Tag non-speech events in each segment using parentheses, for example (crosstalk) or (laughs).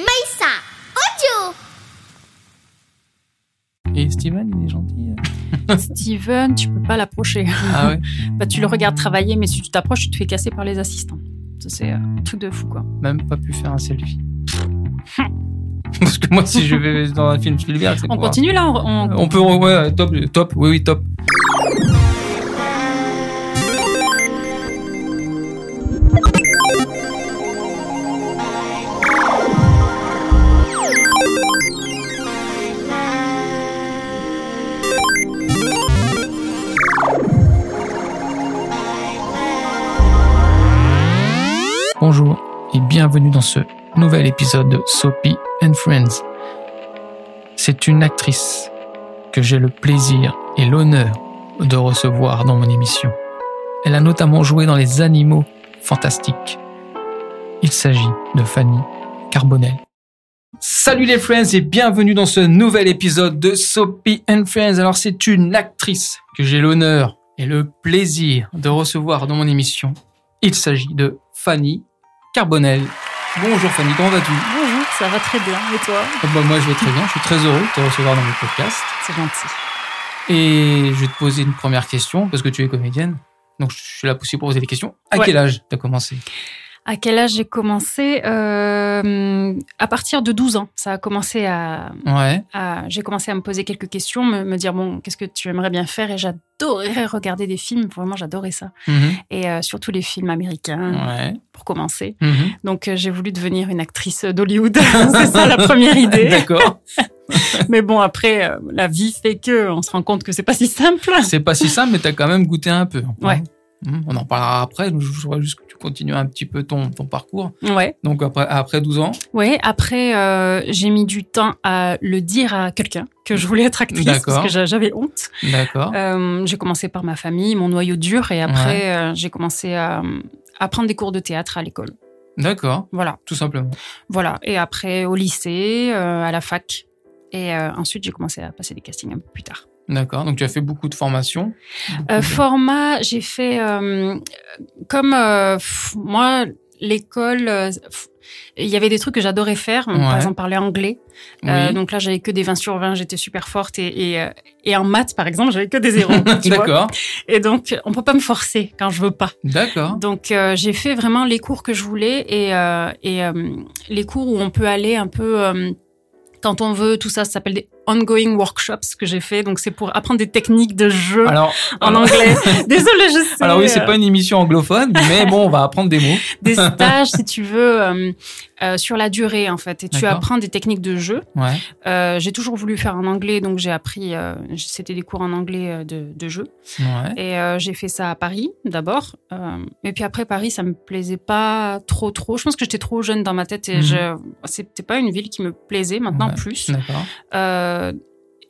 Maïssa, audio Et Steven, il est gentil. Steven, tu peux pas l'approcher. (laughs) Ah ouais Bah, tu le regardes travailler, mais si tu t'approches, tu te fais casser par les assistants. Ça, C'est euh, un truc de fou, quoi. (laughs) Même pas pu faire un selfie. (laughs) Parce que moi, si je vais dans un film Spielberg, c'est On pour- continue là on- on- On peut. Ouais, top, top, oui, oui, top. Bonjour et bienvenue dans ce nouvel épisode de Soapy and Friends. C'est une actrice que j'ai le plaisir et l'honneur de recevoir dans mon émission. Elle a notamment joué dans Les Animaux Fantastiques. Il s'agit de Fanny Carbonel. Salut les friends et bienvenue dans ce nouvel épisode de Soapy and Friends. Alors c'est une actrice que j'ai l'honneur et le plaisir de recevoir dans mon émission. Il s'agit de Fanny Carbonel. Bonjour Fanny, comment vas-tu Bonjour, hein. ça va très bien. Et toi Oh, bah, Moi je vais très bien, je suis très heureux de te recevoir dans mon podcast. C'est gentil. Et je vais te poser une première question, parce que tu es comédienne. Donc, je suis là aussi pour poser des questions. À Ouais. quel âge t'as commencé À quel âge j'ai commencé Euh, À partir de 12 ans, ça a commencé à, Ouais. à- j'ai commencé à me poser quelques questions, me, me dire bon, qu'est-ce que tu aimerais bien faire Et j'adorais regarder des films. Vraiment, j'adorais ça. Mhm. Et euh, surtout les films américains, Ouais. pour commencer. Mhm. Donc, euh, j'ai voulu devenir une actrice d'Hollywood. (laughs) C'est ça la première (laughs) idée. D'accord. Mais bon, après, euh, la vie fait que on se rend compte que c'est pas si simple. C'est pas si simple, mais t'as quand même goûté un peu. Ouais. Mhm. On en parlera après. Je voudrais juste que tu continues un petit peu ton, ton parcours. Ouais. Donc, après, après 12 ans. Ouais. Après, euh, j'ai mis du temps à le dire à quelqu'un que je voulais être actrice parce D'accord. que j'a- j'avais honte. D'accord. Euh, j'ai commencé par ma famille, mon noyau dur, et après, euh, j'ai commencé à, à prendre des cours de théâtre à l'école. D'accord. Voilà. Tout simplement. Voilà. Et après, au lycée, euh, à la fac. Et euh, ensuite, j'ai commencé à passer des castings un peu plus tard. D'accord. Donc, tu as fait beaucoup de formations. Euh, format, j'ai fait euh, comme euh, pff, moi l'école. euh, pff, il y avait des trucs que j'adorais faire, hein, par Ouais. exemple parler anglais. Oui. Euh, donc là, j'avais que des 20 sur 20, j'étais super forte. Et, et, euh, et en maths, par exemple, j'avais que (laughs) des zéros. tu vois. D'accord. Et donc, on peut pas me forcer quand je veux pas. D'accord. Donc, euh, j'ai fait vraiment les cours que je voulais et, euh, et euh, les cours où on peut aller un peu euh, quand on veut. Tout ça, ça s'appelle des ongoing workshops que j'ai fait. Donc, c'est pour apprendre des techniques de jeu Alors, en alors- (laughs) anglais. Désolée, je sais. Ah. alors oui, euh, c'est pas une émission anglophone, mais bon, on va apprendre des mots. (laughs) des stages, si tu veux, euh, euh, sur la durée en fait. Et tu D'accord. apprends des techniques de jeu. Ouais. Euh, j'ai toujours voulu faire en anglais, donc j'ai appris. euh, c'était des cours en anglais euh, de, de jeu. Ouais. Et euh, j'ai fait ça à Paris d'abord. Euh, et puis après Paris, ça me plaisait pas trop, trop. Je pense que j'étais trop jeune dans ma tête et Mhm. je, c'était pas une ville qui me plaisait maintenant Ouais. plus. D'accord. Euh,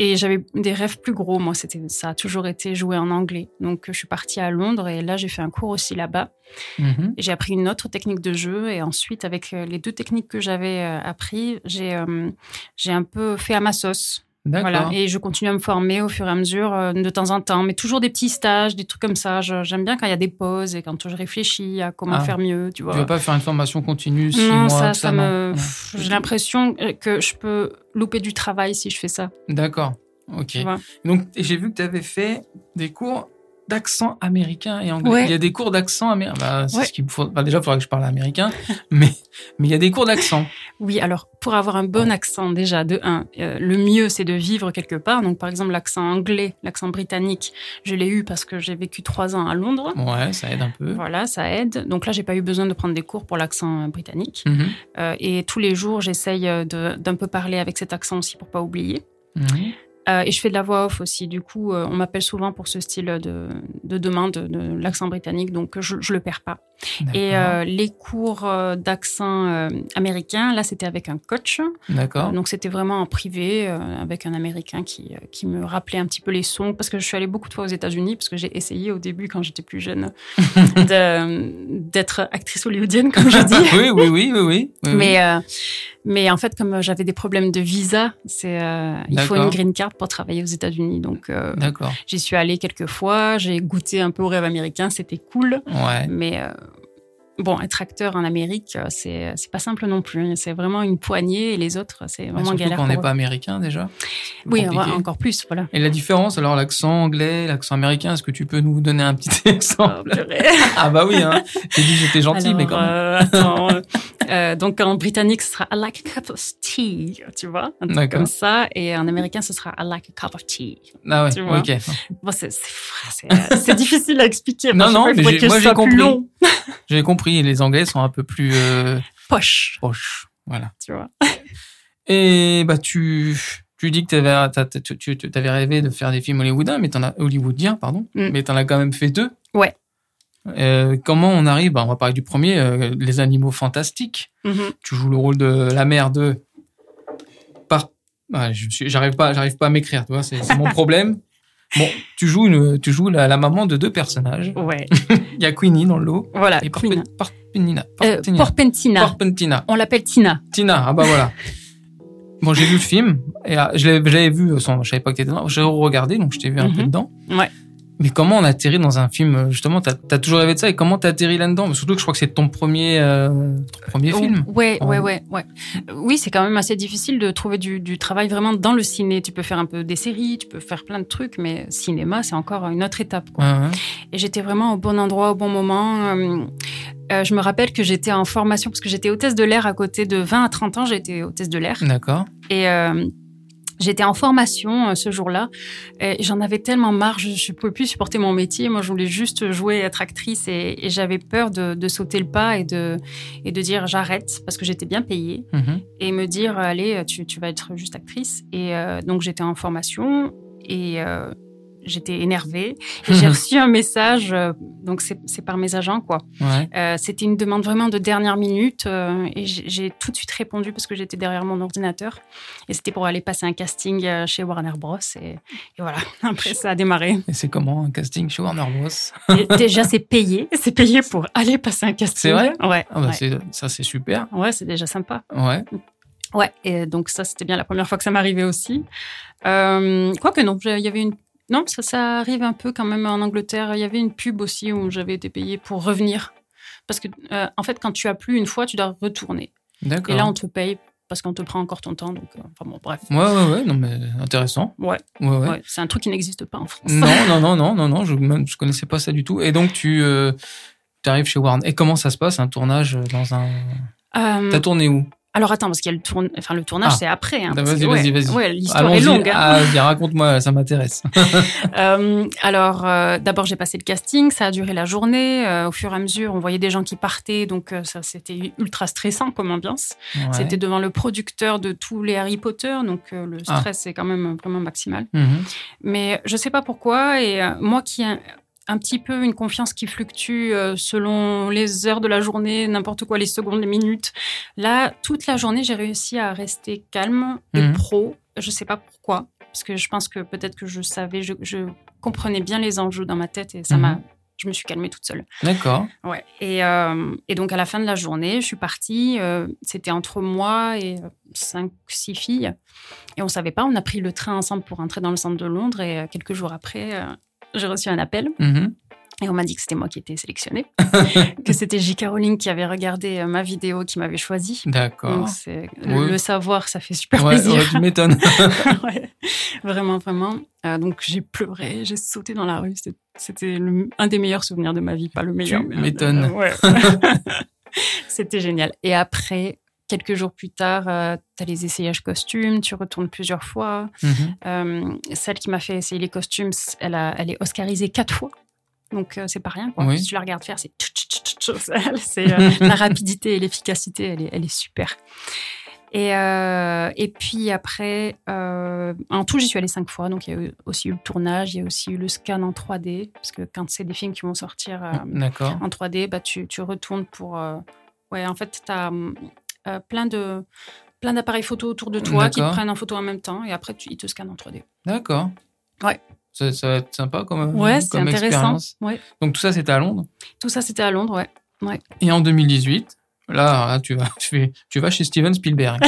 et j'avais des rêves plus gros. Moi, c'était ça a toujours été jouer en anglais. Donc je suis partie à Londres et là j'ai fait un cours aussi là-bas. Mhm. J'ai appris une autre technique de jeu et ensuite, avec euh, les deux techniques que j'avais euh, appris, j'ai euh, j'ai un peu fait à ma sauce. D'accord. Voilà. Et je continue à me former au fur et à mesure, euh, de temps en temps, mais toujours des petits stages, des trucs comme ça. Je- J'aime bien quand il y a des pauses et quand je réfléchis à comment Ah. faire mieux, tu vois. Tu vas pas faire une formation continue six non, mois, ça, tout ça non. me. pff, J'ai l'impression euh, que je peux louper du travail si je fais ça. D'accord. Ok. Tu vois. Donc et j'ai vu que tu avais fait des cours d'accent américain et anglais. Ouais. Il y a des cours d'accent américain. c'est Ouais. ce qu'il me faut. bah, déjà, il faudra que je parle américain, (laughs) mais mais il y a des cours d'accent. Oui, alors pour avoir un bon accent déjà, de un, euh, le mieux c'est de vivre quelque part. Donc par exemple l'accent anglais, l'accent britannique, je l'ai eu parce que j'ai vécu trois ans à Londres. Ouais, ça aide un peu. Voilà, ça aide. Donc là, j'ai pas eu besoin de prendre des cours pour l'accent euh, britannique. Mhm. Euh, et tous les jours, j'essaye euh, de- d'un peu parler avec cet accent aussi pour pas oublier. Mhm. Euh, et je fais de la voix off aussi. Du coup, euh, on m'appelle souvent pour ce style de, de demande de l'accent britannique, donc je, je le perds pas. Et D'accord. euh, les cours euh, d'accent euh, américain, là, c'était avec un coach. (laughs) D'accord. Donc c'était vraiment en privé euh, avec un Américain qui, euh, qui me rappelait un petit peu les sons parce que je suis allée beaucoup de fois aux États-Unis parce que j'ai essayé au début quand j'étais (laughs) plus jeune de- d'être actrice hollywoodienne comme je (laughs) dis. oui, oui, oui, oui, oui, oui, oui. Mais, euh, mais en fait, comme j'avais des problèmes de visa, c'est euh, il faut D'accord. une green card pour travailler aux États-Unis. Donc, euh, D'accord. j'y suis allée quelques fois, j'ai goûté un peu au rêve américain, c'était cool. Ouais. Mais euh, bon, être acteur en Amérique, euh, c'est c'est pas simple non plus. C'est vraiment une poignée et les autres, c'est Bah, vraiment surtout galère. qu'on n'est pour pas américain déjà. eux. Oui, Compliqué. en- encore plus, voilà. Et la différence, alors l'accent anglais, l'accent américain, est-ce que tu peux nous donner un petit (laughs) exemple Oh, purée. Ah bah oui, (laughs) hein. j'ai dit que j'étais gentil, mais quand Alors, même. euh, attends, euh, euh, donc en britannique, ce sera I like a cup of tea, tu vois, un truc D'accord. euh, comme ça. Et en américain, ce sera I like a cup of tea. Ah ouais, tu vois. ok. Bon, c'est- c'est c'est- euh, c'est difficile à expliquer. Non, non, Moi, je sais pas, mais il faudrait j'ai- que ce moi, j'ai soit compris. plus long. J'ai compris, les anglais sont un peu plus euh, Poche, proches. Voilà. tu vois. Et bah tu, tu dis que t'avais- t'as- t'as- tu tu- tu- t'avais rêvé de faire des films hollywoodiens, mais t'en as, hollywoodiens, pardon, Mm. mais t'en as quand même fait deux. Ouais. Euh, comment on arrive bah, On va parler du premier, euh, Les Animaux Fantastiques. Mhm. tu joues le rôle de la mère de par ah, je suis- j'arrive pas j'arrive pas à m'écrire tu vois c'est c'est (laughs) mon problème bon tu joues une tu joues la, la maman de deux personnages Ouais, il y a Queenie dans l'eau voilà. et Queen. Porpe- Porpentina Ah, Euh, Porpentina Porpentina. Porpentina On l'appelle Tina. Tina ah bah (laughs) voilà bon j'ai vu le film et ah, je l'ai- je l'avais vu sans je savais pas que t'étais dedans j'ai regardé donc je t'ai vu un peu Mhm. dedans Ouais. mais comment on atterrit dans un film euh, justement t'as as toujours rêvé de ça et comment t'atterris là dedans surtout que je crois que c'est ton premier euh, ton premier Oh, film Ouais, En- ouais, ouais, ouais. Euh, Oui, c'est quand même assez difficile de trouver du, du travail vraiment dans le ciné. Tu peux faire un peu des séries, tu peux faire plein de trucs, mais cinéma, c'est encore une autre étape. Quoi. Ouais, ouais. Et j'étais vraiment au bon endroit, au bon moment. Euh, euh, je me rappelle que j'étais en formation, parce que j'étais hôtesse de l'air à côté de 20 à 30 ans, j'étais hôtesse de l'air. d'accord Et euh, j'étais en formation euh, ce jour-là. Et J'en avais tellement marre, je ne pouvais plus supporter mon métier. Moi, je voulais juste jouer, être actrice. Et, et j'avais peur de, de sauter le pas et de, et de dire j'arrête, parce que j'étais bien payée. Mhm. Et me dire, euh, allez, tu, tu vas être juste actrice. Et euh, donc, j'étais en formation. Et. euh, J'étais énervée (laughs) et Mhm. j'ai reçu un message, euh, donc c'est c'est par mes agents quoi. Ouais. Euh, C'était une demande vraiment de dernière minute euh, et j'ai j'ai tout de suite répondu parce que j'étais derrière mon ordinateur et c'était pour aller passer un casting euh, chez Warner Bros. Et, et voilà, (laughs) après ça a démarré. Et c'est comment un casting chez Warner Bros Et déjà, c'est payé, (laughs) c'est payé pour aller passer un casting. C'est vrai Ouais. ah bah ouais. c'est- Ça, c'est super. Ouais, c'est déjà sympa. Ouais. Ouais, et donc ça, c'était bien la première fois que ça m'arrivait aussi. Euh, Quoique non, j'ai- il y avait une... Non, ça, ça arrive un peu quand même en Angleterre. Il y avait une pub aussi où j'avais été payée pour revenir. Parce que, euh, en fait, quand tu as plu une fois, tu dois retourner. D'accord. Et là, on te paye parce qu'on te prend encore ton temps. Donc, euh, enfin bon, bref. Ouais, ouais, ouais. Non, mais intéressant. Ouais. Ouais, ouais. Ouais, c'est un truc qui n'existe pas en France. Non, non, non, non, non, non. Je, même, je connaissais pas ça du tout. Et donc, tu arrives chez Warner. Et comment ça se passe, un tournage dans un. Euh, T'as tourné où alors attends, parce qu'il y a le, tourn- enfin, le tournage, Ah. c'est après. hein, Vas-y, parce que, vas-y, ouais, vas-y. ouais, l'histoire est Allons-y. longue. hein. Ah, viens, raconte-moi, ça (laughs) m'intéresse. Euh, alors, euh, d'abord, j'ai passé le casting. Ça a duré la journée. Euh, au fur et à mesure, on voyait des gens qui partaient. Donc, euh, ça, c'était ultra stressant comme ambiance. Ouais. C'était devant le producteur de tous les Harry Potter. Donc, euh, le Ah. stress est quand même vraiment maximal. Mhm. Mais je sais pas pourquoi, et euh, moi qui ai un, un petit peu une confiance qui fluctue euh, selon les heures de la journée, n'importe quoi, les secondes, les minutes, là, toute la journée, j'ai réussi à rester calme et Mhm. pro. Je sais pas pourquoi, parce que je pense que peut-être que je savais, je, je comprenais bien les enjeux dans ma tête et ça Mhm. m'a. Je me suis calmée toute seule. D'accord. Ouais. Et, euh, et donc, à la fin de la journée, je suis partie. euh, C'était entre moi et euh, cinq, six filles. Et on savait pas. On a pris le train ensemble pour rentrer dans le centre de Londres. Et euh, quelques jours après, euh, j'ai reçu un appel. Mhm. Et on m'a dit que c'était moi qui étais (laughs) sélectionnée. que c'était J.K. Rowling qui avait regardé euh, ma vidéo, qui m'avait choisie. D'accord. Donc, c'est- Ouais. le savoir, ça fait super Ouais, plaisir. ouais, tu m'étonnes. (laughs) Ouais. Vraiment, vraiment. Euh, donc, j'ai pleuré, j'ai sauté dans la rue. C'était- C'était le- un des meilleurs souvenirs de ma vie, pas le meilleur. mais un- m'étonnes. euh, ouais. (laughs) C'était génial. Et après, quelques jours plus tard, tu as les essayages costumes, tu retournes plusieurs fois. Mhm. Euh, celle qui m'a fait essayer les costumes, elle, a- elle est oscarisée quatre fois. Donc, euh, c'est pas rien. Quoi. Oui. Si tu la regardes faire, c'est. tchou, tchou, tchou, tchou, ça, c'est, euh, la rapidité et l'efficacité, elle est, elle est super. Et, euh, et puis après, euh, en tout, j'y suis allée cinq fois. Donc, il y a eu- aussi eu le tournage, il y a aussi eu le scan en 3D. Parce que quand c'est des films qui vont sortir (laughs) euh, D'accord. en 3D, bah, tu, tu retournes pour. euh, Ouais, en fait, tu as plein de plein d'appareils photo autour de toi qui te D'accord. prennent en photo en même temps et après tu, ils te scannent en 3D. D'accord. Ouais. Ça, ça va être sympa comme, Ouais, c'est comme intéressant. expérience. Ouais. Donc, tout ça, c'était à Londres. Tout ça, c'était à Londres, ouais. Et en 2018, là, là, tu, vas, tu, fais- tu vas chez Steven (laughs) Spielberg.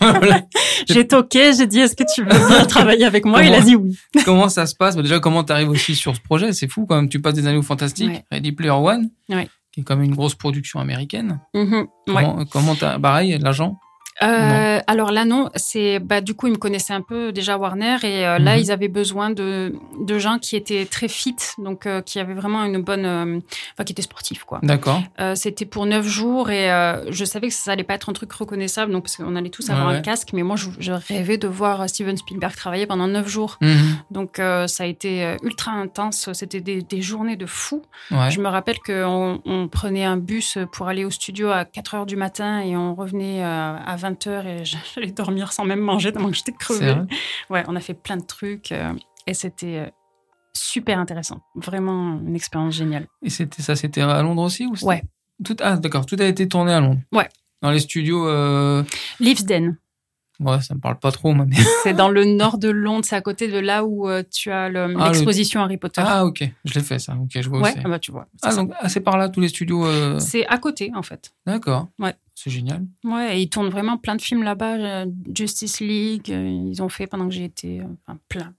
Voilà. J'ai toqué, j'ai dit, est-ce que tu veux (laughs) venir travailler avec moi Il a dit oui. (laughs) Comment ça se passe Bah, Déjà, comment tu arrives aussi sur ce projet C'est fou quand même. Tu passes des années au fantastique, Ouais. Ready Player One. Ouais. qui est quand même une grosse production américaine. Mhm, ouais. Comment, euh, comment t'as- pareil, l'agent Euh, alors là, non, c'est bah, du coup, ils me connaissaient un peu déjà Warner et euh, là, Mhm. ils avaient besoin de, de gens qui étaient très fit, donc euh, qui avaient vraiment une bonne. euh, Enfin, qui étaient sportifs, quoi. (laughs) D'accord. Euh, C'était pour neuf jours et euh, je savais que ça allait pas être un truc reconnaissable, donc parce qu'on allait tous avoir Ouais, ouais. un casque, mais moi, je, je rêvais de voir euh, Steven Spielberg travailler pendant neuf jours. Mhm. Donc, euh, ça a été euh, ultra intense. C'était des, des journées de fou. Ouais. Je me rappelle qu'on on prenait un bus pour aller au studio à 4 heures du matin et on revenait euh, à 20 heures et (laughs) je- j'allais dormir sans même manger, tellement que j'étais C'est crevée. vrai. Ouais, on a fait plein de trucs euh, et c'était euh, super intéressant. Vraiment une expérience géniale. Et c'était ça, c'était à Londres aussi ou c'était- Ouais. Tout, ah, d'accord, tout a été tourné à Londres. Ouais. Dans les studios. euh, Livesden, Ouais, ça me parle pas trop, moi, mais. (laughs) c'est dans le nord de Londres, c'est à côté de là où euh, tu as le- Ah, le- l'exposition Harry Potter. Ah, ok, je l'ai fait ça. Ok, je vois ouais, aussi. ah bah, tu vois. c'est Ah, ça. donc, ah, c'est par là, tous les studios. euh, C'est à côté en fait. D'accord. Ouais. C'est génial. Ouais, et ils tournent vraiment plein de films là-bas. euh, Justice League, euh, ils ont fait pendant que j'y étais. euh, Enfin, plein.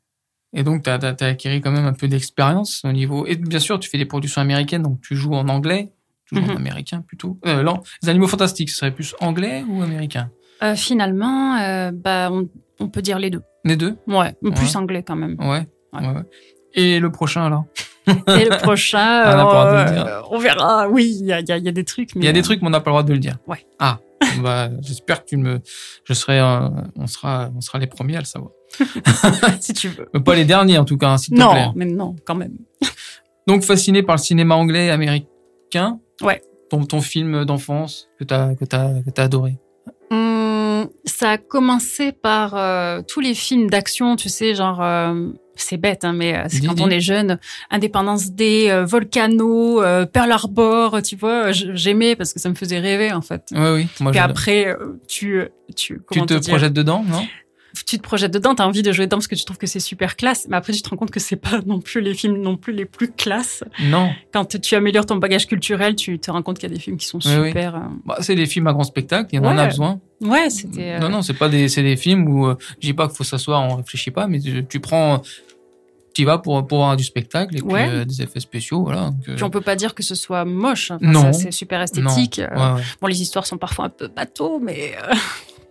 Et donc, tu as, acquis quand même un peu d'expérience au niveau. Et bien sûr, tu fais des productions américaines, donc tu joues en anglais, tu joues en Mhm. américain plutôt. Euh, non, les animaux fantastiques, ce serait plus anglais ou américain Euh, finalement, euh, bah, on, on peut dire les deux. Les deux Ouais, mais plus Ouais. anglais quand (laughs) même. Ouais. Ouais. ouais, ouais. Et le prochain, alors Et (laughs) le prochain, On a pas le droit de euh, le on verra. Oui, il y a, il y a- il y a des trucs. Il y a des trucs, mais on n'a pas le droit de le dire. euh, Ouais. Ah, bon, bah, j'espère que tu me. Je serai. euh, on, sera, on sera les premiers à le savoir. si tu veux. Mais pas les derniers, en tout cas, hein, s'il te plaît. Non, mais non, quand même. Donc, fasciné par le cinéma anglais et américain. Ouais. Ton, ton film d'enfance que tu as, adoré. Hum, ça a commencé par euh, tous les films d'action, tu sais, genre. euh, c'est bête, hein, mais euh, c'est Dis, quand dis. on est jeune. Indépendance D, euh, Volcano, euh, Pearl Harbor, tu vois, j- j'aimais parce que ça me faisait rêver en fait. Oui, oui. Moi, Puis j'adore. après, euh, tu, tu, tu comment te te dire projettes dedans, non tu te projettes dedans, t'as envie de jouer dedans parce que tu trouves que c'est super classe, mais après tu te rends compte que c'est pas non plus les films non plus les plus classes. Non. Quand tu améliores ton bagage culturel, tu te rends compte qu'il y a des films qui sont Oui, oui. super. Bah, c'est des films à grand spectacle, il y en a Ouais. besoin. euh, Ouais, c'était. euh, Non, non, c'est pas des, c'est des films où euh, je dis pas qu'il faut s'asseoir, on réfléchit pas, mais tu, tu prends, tu y vas pour, pour avoir du spectacle et puis Ouais. euh, des effets spéciaux, voilà. donc, euh, Puis on peut pas dire que ce soit moche. Enfin, Non. ça, C'est super esthétique. Euh, ouais, ouais. Bon, les histoires sont parfois un peu bateau, mais. euh, (laughs)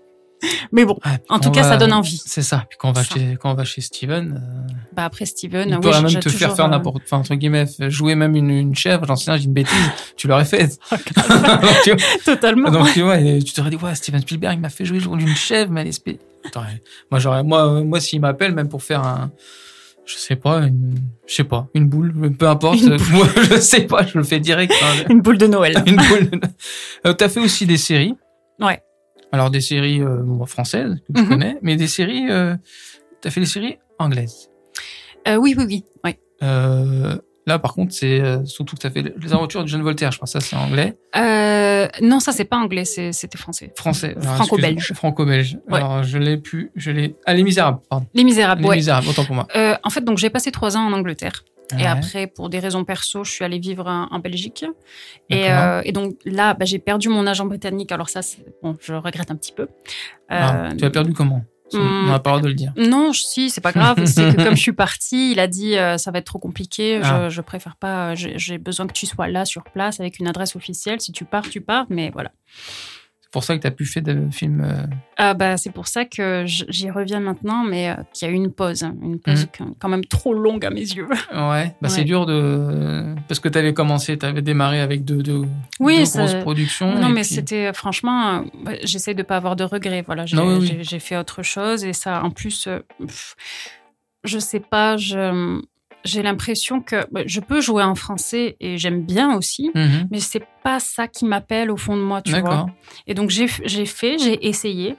mais bon. Ouais, puis En quand tout on cas, va- ça donne envie. C'est ça. Puis quand on va Ça. chez, quand on va chez Steven, euh, Bah après Steven. il oui, pourrait j'ai- même j'ai te faire toujours, faire euh, n'importe, enfin entre guillemets, jouer même une, une chèvre, j'en sais rien, j'ai une bêtise, tu l'aurais faite. (laughs) Oh, (laughs) Tu vois, (laughs) Totalement. Donc Ah tu vois, et tu t'aurais dit, ouais, Steven Spielberg il m'a fait jouer le rôle d'une chèvre, mais elle est spé- Attends, elle- moi, j'aurais, moi, euh, moi, s'il m'appelle, même pour faire un, je sais pas, une, je sais pas, une boule, peu importe, Une moi, (laughs) je sais pas, je le fais direct. hein. (laughs) Une boule (laughs) de Noël. une boule. Euh, T'as fait aussi des séries. Ouais. Alors des séries euh, bon, françaises que je Mhm. connais, mais des séries. euh, T'as fait des séries anglaises. Euh, oui, oui, oui. Ouais. Euh, là, par contre, c'est euh, surtout que t'as fait les aventures de John Voltaire. Je pense que ça, c'est anglais, Euh, non, ça c'est pas anglais, c'est- c'était français. français, Alors, Franco-belge. excuse-moi, Franco-belge. Ouais. Alors je l'ai pu, je l'ai. Ah, les Misérables. Pardon. Les Misérables. les ouais. Misérables. Autant pour moi. Euh, en fait, donc j'ai passé trois ans en Angleterre. Ouais. Et après, pour des raisons perso, je suis allée vivre en, en Belgique. Et, D'accord. euh, et donc là, bah, j'ai perdu mon agent britannique. Alors ça, c'est- bon, je regrette un petit peu. Euh, Ah, tu as perdu comment Parce qu'on- hum, On n'a pas le droit de le dire. Non, je- si, c'est pas (laughs) grave. c'est que comme je suis partie, il a dit euh, ça va être trop compliqué. Je, Ah. je préfère pas. euh, J'ai j'ai besoin que tu sois là sur place avec une adresse officielle. Si tu pars, tu pars. Mais voilà. C'est pour ça que t'as pu faire des films. euh, Ah bah, c'est pour ça que j- j'y reviens maintenant, mais euh, qu'il y a eu une pause, hein, une pause qu- quand même trop longue à mes yeux. Mm. Ouais, bah c'est Ouais. dur de. Parce que tu avais commencé, tu avais démarré avec deux, deux, Oui, deux ça- grosses productions. Non, et mais puis- c'était euh, franchement, euh, ouais, j'essaie de pas avoir de regrets. Voilà, j'ai Non, oui, oui. j'ai- j'ai fait autre chose et ça, en plus, euh, pff, je sais pas, je- j'ai l'impression que bah, je peux jouer en français et j'aime bien aussi, Mhm. mais c'est pas ça qui m'appelle au fond de moi, tu vois. D'accord. Et donc j'ai f- j'ai fait, j'ai essayé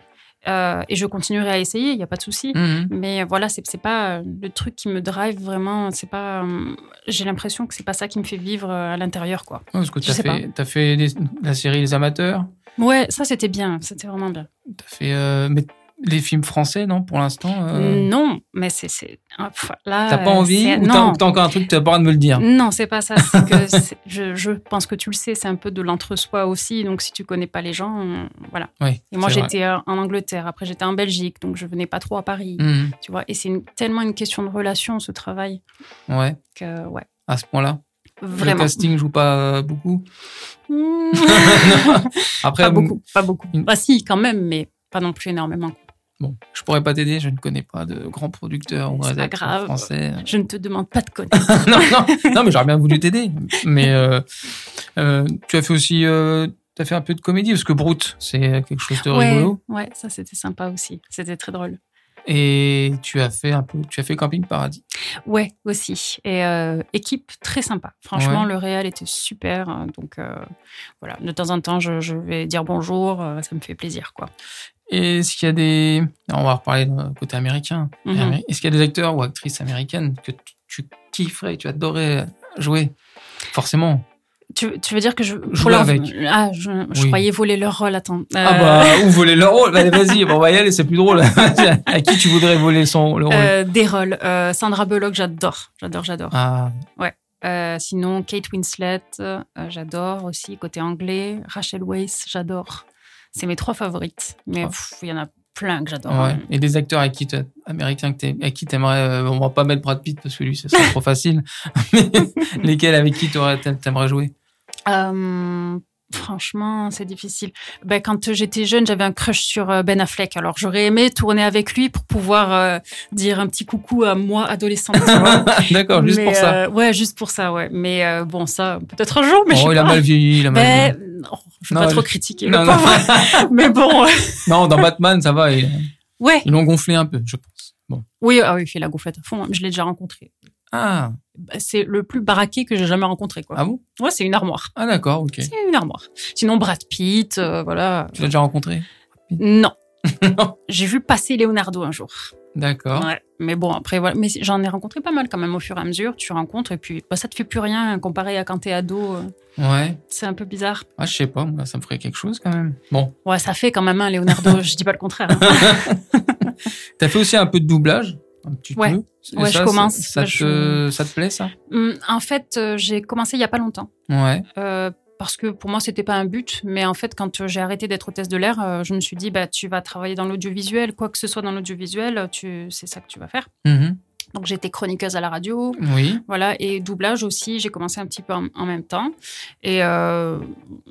euh, et je continuerai à essayer, il y a pas de souci. Mhm. Mais voilà, c'est c'est pas euh, le truc qui me drive vraiment. C'est pas, euh, j'ai l'impression que c'est pas ça qui me fait vivre euh, à l'intérieur, quoi. Ouais, parce que Je tu as sais fait, t'as fait les- la série Les Amateurs, Ouais, ça c'était bien, c'était vraiment bien. tu as fait euh, mais les films français, non, pour l'instant euh, Non, mais c'est- c'est. ah, pff, là, T'as pas Hmm. euh, envie c'est- Ou t'as Non. ou t'as encore un truc que tu as pas le droit de me le dire Non, c'est pas ça. c'est (laughs) que c'est- je, je pense que tu le sais, c'est un peu de l'entre-soi aussi. Donc, si tu connais pas les gens, euh, voilà. Oui, Et moi, c'est vrai. j'étais euh, en Angleterre. Après, j'étais en Belgique. Donc, je venais pas trop à Paris. Mhm. Tu vois. Et c'est une- tellement une question de relation, ce travail. Ouais, Que, ouais. à ce point-là. Le Vraiment. casting joue pas euh, beaucoup. (laughs) Mmh. Après, pas beaucoup, pas beaucoup. une- Bah si, quand même, mais pas non plus énormément. Bon, je pourrais pas t'aider, je ne connais pas de grands producteurs ou C'est pas réalisateurs grave. français. (laughs) Je ne te demande pas de connaître. non, non, non, mais j'aurais bien voulu t'aider. Mais euh, euh, tu as fait aussi, euh, tu as fait un peu de comédie parce que Brute, c'est quelque chose de ouais, rigolo. ouais, ça c'était sympa aussi. C'était très drôle. Et tu as fait un peu, tu as fait Camping Paradis. Ouais, aussi. Et euh, équipe très sympa. Franchement, le réel était super. hein, Donc euh, voilà, de temps en temps, je, je vais dire bonjour. euh, ça me fait plaisir, quoi. Et est-ce qu'il y a des, alors, on va reparler d'un côté américain. Mhm. Améri- Est-ce qu'il y a des acteurs ou actrices américaines que tu, tu kifferais, tu adorais jouer? Forcément. Tu, tu veux dire que je pour Jouer avec. Ah, je, je Oui. croyais voler leur rôle. Attends. Ah Euh, bah, ou voler leur rôle. Bah, vas-y, bah, on va y aller, c'est plus drôle. (laughs) à qui tu voudrais voler son, le rôle? euh, des rôles. Euh, Sandra Bullock, j'adore, j'adore, j'adore. Ah, Euh, sinon, Kate Winslet, euh, j'adore aussi, côté anglais. Rachel Weisz, j'adore. C'est mes trois favorites. Mais Ah. pff, il y en a plein que j'adore. Ouais. Et des acteurs à qui t'as- américains que t'aimes- à qui t'aimerais, euh, on va pas mettre Brad Pitt parce que lui, ce serait trop facile. (laughs) Mais lesquels avec qui t'aurais- t'aim- t'aimerais jouer (laughs) Euh, franchement, c'est difficile. Ben, quand j'étais jeune, j'avais un crush sur euh, Ben Affleck. Alors, j'aurais aimé tourner avec lui pour pouvoir euh, dire un petit coucou à moi, adolescente. tu vois. D'accord, juste Mais, pour ça. euh, ouais, juste pour ça, ouais. Mais euh, bon, ça, peut-être un jour, mais je oh, sais il a pas. mal vieilli, il a mal Ben, vieilli. non, je veux Non, pas trop je- critiquer Non, le non. pauvre. (laughs) mais bon, euh, (laughs) non, dans Batman, ça va, ils ouais. ils l'ont gonflé un peu, je pense. Bon. Oui, ah oui, il fait la gonflette à fond. hein. Je l'ai déjà rencontré. Ah, Ben, C'est le plus baraqué que j'ai jamais rencontré, quoi. ah bon Ouais, c'est une armoire. Ah d'accord, ok. C'est une armoire. Sinon, Brad Pitt, euh, voilà. Tu l'as déjà rencontré Non. (laughs) Non. Ah. J'ai vu passer Leonardo un jour. D'accord. Ouais. Mais bon, après, voilà. Mais j'en ai rencontré pas mal quand même au fur et à mesure. Tu rencontres et puis bah, ça te fait plus rien hein, comparé à quand t'es ado. euh, Ouais. C'est un peu bizarre. Ah, je sais pas, moi, ça me ferait quelque chose quand même. Bon. Ouais, ça fait quand même (laughs) un Leonardo. je dis pas le contraire. hein. T'as fait aussi un peu de doublage un petit Ouais. peu. Et Ouais, ça, je commence. Ça, ça Je- te, ça te plaît, ça Hum, en fait, euh, j'ai commencé il y a pas longtemps. Ouais. Euh, parce que pour moi, c'était pas un but. Mais en fait, quand euh, j'ai arrêté d'être hôtesse de l'air, euh, je me suis dit, bah, tu vas travailler dans l'audiovisuel. Quoi que ce soit dans l'audiovisuel, euh, tu... c'est ça que tu vas faire. Mhm. Donc, j'étais chroniqueuse à la radio. Oui. Voilà, et doublage aussi, j'ai commencé un petit peu en, en même temps. Et euh,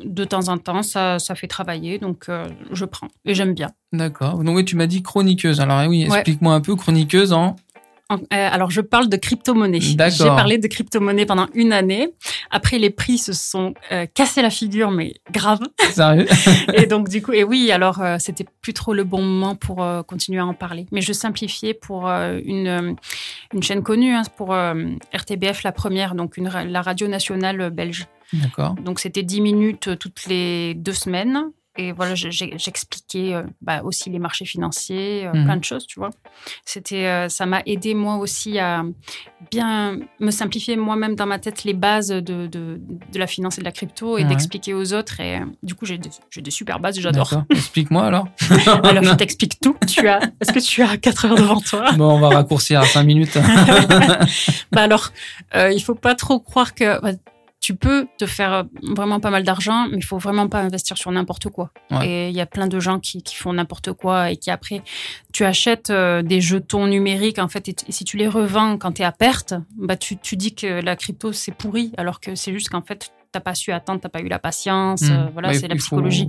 de temps en temps, ça, ça fait travailler, donc euh, je prends. Et j'aime bien. D'accord. Donc oui, tu m'as dit chroniqueuse. Alors eh oui, Ouais. explique-moi un peu chroniqueuse en. (laughs) En- euh, alors, je parle de crypto-monnaie. D'accord. J'ai parlé de crypto-monnaie pendant une année. Après, les prix se sont euh, cassés la figure, mais grave. Sérieux et donc, du coup, et oui, alors, euh, c'était plus trop le bon moment pour euh, continuer à en parler. Mais je simplifiais pour euh, une, euh, une chaîne connue, hein, pour euh, RTBF, la première, donc une, ra- la radio nationale euh, belge. D'accord. Donc c'était 10 minutes euh, toutes les deux semaines. Et voilà, j'ai- j'ai- j'expliquais euh, bah, aussi les marchés financiers, euh, Mhm. plein de choses, tu vois. C'était, euh, ça m'a aidé moi aussi à bien me simplifier moi-même dans ma tête les bases de, de, de la finance et de la crypto et Ouais. d'expliquer aux autres. Et euh, du coup, j'ai des, j'ai des super bases, et j'adore. D'accord. Explique-moi alors. (laughs) Alors je t'explique tout. Tu as, est-ce que tu as 4 heures devant toi Bon, on va raccourcir à 5 (laughs) minutes. Bah alors, euh, il faut pas trop croire que bah, tu peux te faire euh, vraiment pas mal d'argent, mais il faut vraiment pas investir sur n'importe quoi. Ouais. Et il y a plein de gens qui, qui font n'importe quoi et qui après, tu achètes euh, des jetons numériques en fait, et, t- et si tu les revends quand tu es à perte, bah tu, tu dis que la crypto c'est pourri, alors que c'est juste qu'en fait t'as pas su attendre, t'as pas eu la patience, euh, Hmm. voilà, Bah, c'est la il faut- psychologie.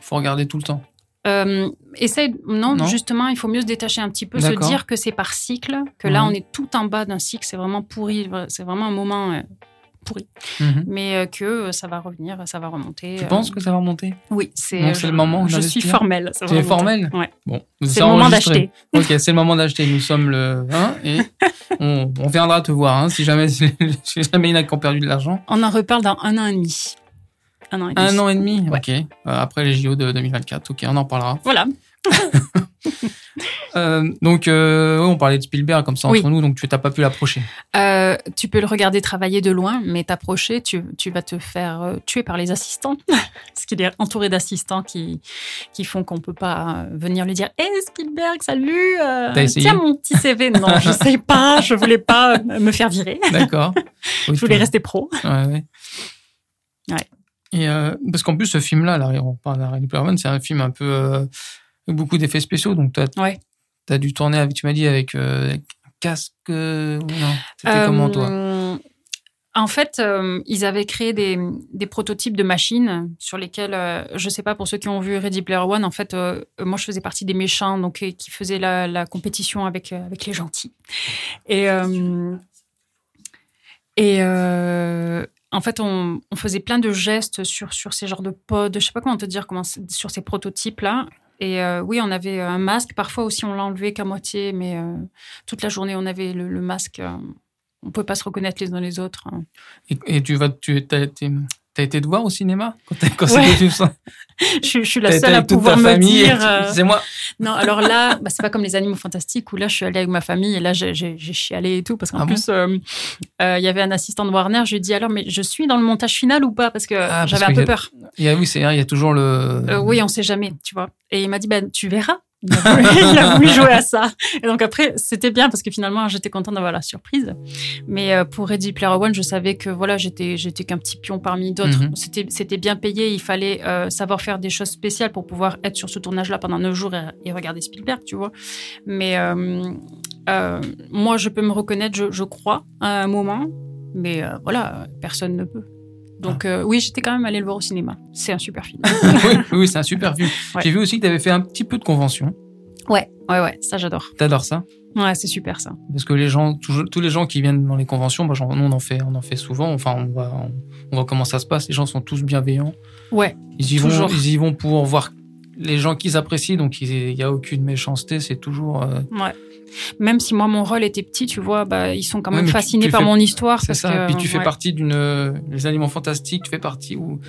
faut regarder tout le temps. Euh, essaye, non, Non. justement, il faut mieux se détacher un petit peu, se D'accord. dire que c'est par cycle, que là, Ouais. on est tout en bas d'un cycle, c'est vraiment pourri, vra- c'est vraiment un moment euh, pourri, Mhm. mais euh, que euh, ça va revenir, ça va remonter. Tu euh, penses que ça va remonter Oui, c'est Donc, c'est je- le moment Je suis d'investir formelle. ça va Tu es remonter. formelle Ouais. Bon, C'est le moment enregistré. d'acheter. (laughs) Ok, c'est le moment d'acheter. Nous sommes le 20 et (laughs) on, on viendra te voir hein, si jamais, (laughs) si jamais il y en a qui ont perdu de l'argent. On en reparle dans un an et demi. Un an et demi. Un an et demi Ouais. Ok. Euh, après les JO de 2024. Ok, on en parlera. Voilà. Euh, donc, euh, ouais, on parlait de Spielberg comme ça entre Oui. nous, donc tu t'as pas pu (laughs) l'approcher. Euh, tu peux le regarder travailler de loin, mais t'approcher, tu, tu vas te faire euh, tuer par les assistants. (laughs) Parce qu'il est entouré d'assistants qui, qui font qu'on peut pas euh, venir lui dire Hé Spielberg, salut euh, T'as essayé Tiens mon petit CV. Non, je sais pas, je voulais pas euh, me faire virer. D'accord. Oui, Je voulais tu- rester pro. Ouais, ouais. Ouais. Et euh, parce qu'en plus, ce film-là, là, on parle d'Harry Perman, c'est un film un peu euh, avec beaucoup d'effets spéciaux. Donc, tu as, Ouais. dû tourner, avec, tu m'as dit, avec euh, un casque. euh, ou non, c'était comment toi Euh, En fait, euh, ils avaient créé des, des prototypes de machines sur lesquelles, euh, je sais pas, pour ceux qui ont vu Ready Player One, en fait, euh, moi je faisais partie des méchants, donc euh, qui faisaient la, la compétition avec, euh, avec les gentils. Et, euh, et euh, en fait, on, on faisait plein de gestes sur, sur ces genres de pods, je sais pas comment te dire, comment, c'est- sur ces prototypes-là. Et euh, oui, on avait un masque. Parfois aussi, on l'enlevait qu'à moitié, mais euh, toute la journée, on avait le, le masque. euh, on ne pouvait pas se reconnaître les uns les autres. hein. Et, et tu vas, tu as été, t'as été te voir au cinéma quand, t'as- quand Ouais. c'était tout ça. (laughs) je, je suis T'as la été seule à avec toute pouvoir ta me famille et dire. tu- euh, C'est moi. Non, alors là, (laughs) bah, c'est pas comme les animaux fantastiques où là, je suis allée avec ma famille et là, j'ai j'ai- j'ai chialé et tout parce qu'en Ah bon plus, euh, euh, il y avait un assistant de Warner. Je lui ai dit alors, mais je suis dans le montage final ou pas Parce que Ah, parce j'avais que un y peu a- peur. Il y a, oui, c'est, hein, il y a toujours le. (laughs) Euh, oui, on sait jamais, tu vois. Et il m'a dit ben tu verras. Il a voulu- il a voulu jouer à ça. Et donc après, c'était bien parce que finalement, j'étais contente d'avoir la surprise. Mais euh, pour Ready Player One, je savais que voilà, j'étais j'étais qu'un petit pion parmi d'autres. Mhm. C'était c'était bien payé. Il fallait euh, savoir faire des choses spéciales pour pouvoir être sur ce tournage-là pendant neuf jours et, et regarder Spielberg, tu vois. Mais euh, euh, moi, je peux me reconnaître, je, je crois, à un moment. Mais euh, voilà, personne ne peut. Donc euh, oui, j'étais quand même allée le voir au cinéma. C'est un super film. oui, oui, c'est un super film. Ouais. J'ai vu aussi que tu avais fait un petit peu de convention. Ouais, ouais, ouais, ça j'adore. T'adores ça Ouais, c'est super ça. parce que les gens, toujours- tous les gens qui viennent dans les conventions, moi, j'en- nous, on en fait, on en fait souvent. Enfin, on voit, on, on voit comment ça se passe. Les gens sont tous bienveillants. Ouais, Ils y vont, toujours. ils y vont pour voir les gens qu'ils apprécient. Donc, il n'y a aucune méchanceté. C'est toujours. euh, Même si moi mon rôle était petit, tu vois, bah, ils sont quand Ouais, même mais tu- fascinés tu par fais- mon histoire. c'est parce ça. que, Puis tu fais ouais. partie d'une les aliments fantastiques. Tu fais partie ou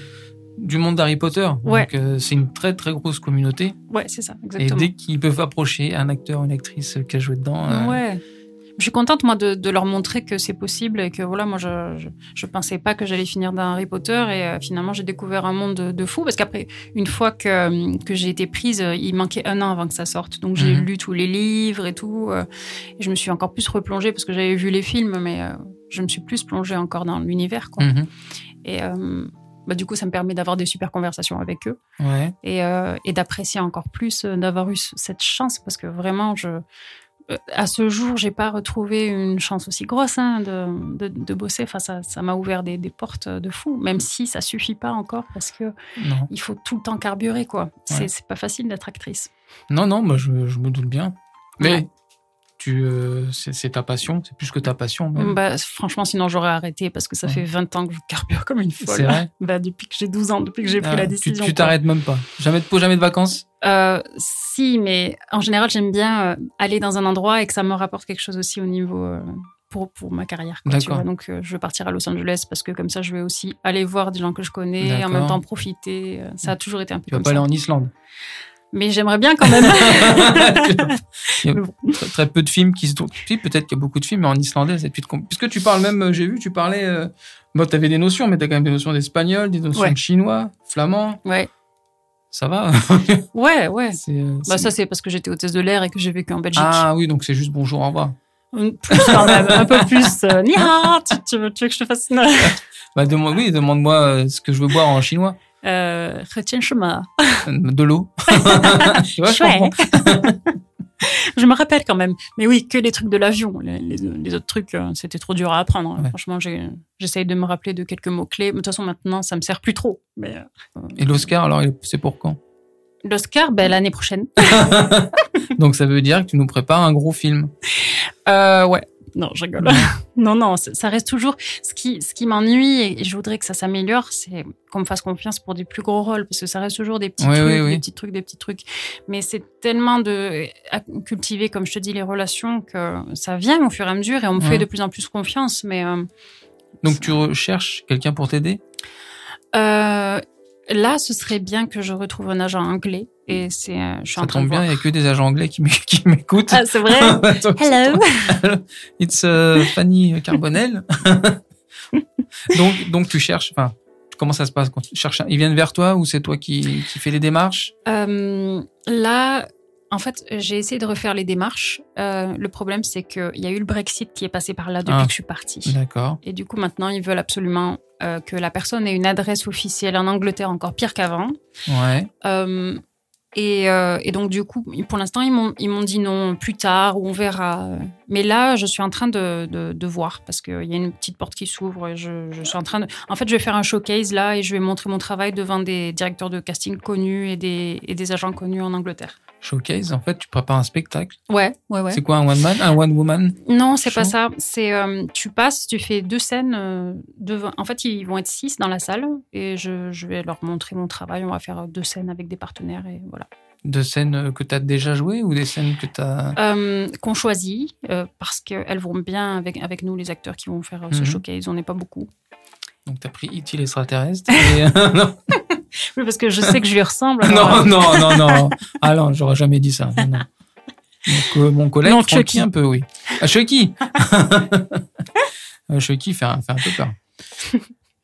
du monde d'Harry Potter. Ouais. Donc, euh, c'est une très très grosse communauté. Ouais, c'est ça, Et exactement. dès qu'ils peuvent approcher un acteur, une actrice qui a joué dedans, euh, Ouais. Je suis contente, moi, de, de leur montrer que c'est possible et que, voilà, moi, je, je, je pensais pas que j'allais finir dans Harry Potter et euh, finalement, j'ai découvert un monde de, de fou parce qu'après, une fois que, euh, que j'ai été prise, euh, il manquait un an avant que ça sorte. Donc, j'ai Mhm. lu tous les livres et tout. euh, et je me suis encore plus replongée parce que j'avais vu les films, mais euh, je me suis plus plongée encore dans l'univers, quoi. mhm. Et euh, bah, du coup, ça me permet d'avoir des super conversations avec eux ouais. et, euh, et d'apprécier encore plus euh, d'avoir eu ce- cette chance parce que vraiment, je, euh, à ce jour, j'ai pas retrouvé une chance aussi grosse hein, de, de, de bosser. Enfin, ça ça m'a ouvert des, des portes euh, de fou, même si ça suffit pas encore parce que Non. il faut tout le temps carburer quoi. Ouais. C'est c'est pas facile d'être actrice. Non, non, bah, je, je me doute bien. Mais Ouais. tu, euh, c'est c'est ta passion, c'est plus que ta passion. même. Bah, franchement, sinon j'aurais arrêté parce que ça Ouais. fait 20 ans que je carbure comme une c'est folle. vrai. Bah, depuis que j'ai 12 ans, depuis que (laughs) j'ai pris Ah, la tu- décision. Tu quoi. t'arrêtes même pas. Jamais de pause, jamais de vacances. Euh, si, mais en général, j'aime bien euh, aller dans un endroit et que ça me rapporte quelque chose aussi au niveau euh, pour, pour ma carrière. quoi, tu D'accord. vois. Donc, euh, je vais partir à Los Angeles parce que comme ça, je vais aussi aller voir des gens que je connais et en D'accord. même temps profiter. Euh, Ça a toujours été un peu Tu vas comme pas ça. aller en (laughs) Islande. Mais j'aimerais bien (laughs) quand même. Il y a Mais bon. très, très peu de films qui se tournent. Si, peut-être qu'il y a beaucoup de films, mais en islandais, c'est plus de compl- Puisque tu parles même, euh, j'ai vu, tu parlais. Euh... Bon, t'avais des notions, mais t'as quand même des notions d'espagnol, des notions Ouais. de chinois, flamand. ouais, Ça (laughs) va. ouais, ouais. C'est, euh, Bah, c'est- ça, c'est parce que j'étais hôtesse de l'air et que j'ai vécu en Belgique. ah oui, donc c'est juste bonjour, au revoir. Une- Plus quand même, (laughs) un peu plus. euh, ni hao, tu, tu veux, tu veux que je te fasse une. Bah, demande, oui, demande-moi euh, ce que je veux boire en chinois. Euh, retiens le chemin. Euh, De l'eau. (laughs) tu vois, je Chouette. comprends. (laughs) Je me rappelle quand même. Mais oui, que les trucs de l'avion. Les, les- les autres trucs, euh, c'était trop dur à apprendre. Ouais. Franchement, j'ai- j'essaye de me rappeler de quelques mots-clés. Mais De toute façon, maintenant, ça me sert plus trop. Mais euh, Et l'Oscar, alors, il- c'est pour quand l'Oscar, ben, l'année prochaine. Donc ça veut dire que tu nous prépares un gros film. Euh, ouais. Non, je rigole. (laughs) non, non, c'est- ça reste toujours. Ce qui, ce qui m'ennuie, et et je voudrais que ça s'améliore, c'est qu'on me fasse confiance pour des plus gros rôles, parce que ça reste toujours des petits Oui, trucs, oui, oui. des petits trucs, des petits trucs. Mais c'est tellement de à cultiver, comme je te dis, les relations que ça vient au fur et à mesure, et on me Ouais. fait de plus en plus confiance. Mais euh, Donc tu recherches quelqu'un pour t'aider Euh, là, ce serait bien que je retrouve un agent anglais. Et c'est, euh, je suis Ça en train de tombe bien, voir. il n'y a que des agents anglais qui m'é- (laughs) qui m'écoutent. Ah, c'est vrai. (laughs) Hello. It's euh, Fanny (laughs) Carbonel. donc, donc tu cherches, enfin, comment ça se passe quand tu cherches un- Ils viennent vers toi ou c'est toi qui, qui fais les démarches Euh, là, en fait, j'ai essayé de refaire les démarches. Euh, le problème, c'est qu'il y a eu le Brexit qui est passé par là depuis Ah. que je suis partie. D'accord. Et du coup, maintenant, ils veulent absolument euh, que la personne ait une adresse officielle en Angleterre, encore pire qu'avant. Ouais. Euh, et, euh, et donc, du coup, pour l'instant, ils m'ont ils m'ont dit non, plus tard, ou on verra. Mais là, je suis en train de, de, de voir parce qu'il y a une petite porte qui s'ouvre. et Je, je suis en train de. En fait, je vais faire un showcase là et je vais montrer mon travail devant des directeurs de casting connus et des, et des agents connus en Angleterre. Showcase, en fait, tu prépares un spectacle. Ouais, ouais, ouais. C'est quoi un one man, un one woman Non, c'est pas Show. ça. C'est euh, tu passes, tu fais deux scènes euh, devant. En fait, ils vont être six dans la salle et je, je vais leur montrer mon travail. On va faire deux scènes avec des partenaires et voilà. de scènes que tu as déjà jouées ou des scènes que tu as. Euh, Qu'on choisit euh, parce qu'elles vont bien avec avec nous les acteurs qui vont faire euh, ce Mhm. showcase. On n'est pas beaucoup. Donc tu as pris E.T. l'extraterrestre et- euh, (laughs) non, Oui, parce que je sais que je (laughs) lui ressemble. alors, euh, non, non, non, non. Ah non, j'aurais jamais dit ça. Non, non. Donc, euh, mon collègue, Non, Francky, Chucky. un peu, oui. Ah, Chucky (laughs) Euh, Chucky fait un, fait un peu peur.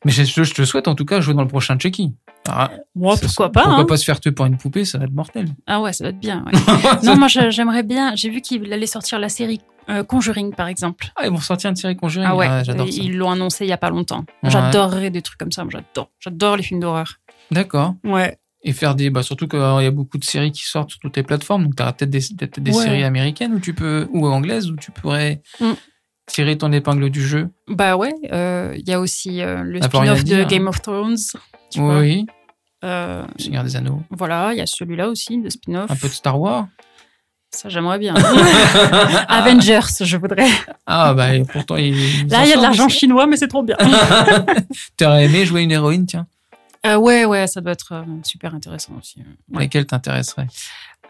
Mais je, je te souhaite en tout cas jouer dans le prochain Chucky. Ah, moi, ça- pourquoi pas Pourquoi hein. pas se faire tuer par une poupée, ça va être mortel. Ah ouais, ça doit être (laughs) bien. ouais. non, moi je- j'aimerais bien. J'ai vu qu'il allait sortir la série euh, Conjuring par exemple. Ah, ils vont sortir une série Conjuring. Ah ouais, j'adore ça. ils l'ont annoncé il y a pas longtemps. Ouais. J'adorerais des trucs comme ça. moi, J'adore, j'adore les films d'horreur. D'accord. Ouais. Et faire des. Bah, surtout qu'il y a beaucoup de séries qui sortent sur toutes les plateformes. Donc, tu as peut-être des, peut-être des Ouais. séries américaines où tu peux, ou anglaises où tu pourrais Mm. tirer ton épingle du jeu. Bah ouais, euh, il y a aussi euh, le Ah, pour rien spin-off de dire, hein. Game of Thrones. tu vois. oui, Euh, Seigneur des Anneaux. voilà, il y a celui-là aussi, de spin-off. Un peu de Star Wars. Ça, j'aimerais bien. Avengers, je voudrais. Ah, (laughs) bah, et pourtant, il. Là, il y a de l'argent chinois, mais c'est trop bien. T'aurais aimé jouer une héroïne, tiens, Euh, ouais, ouais, ça doit être euh, super intéressant aussi. pour laquelle t'intéresserais.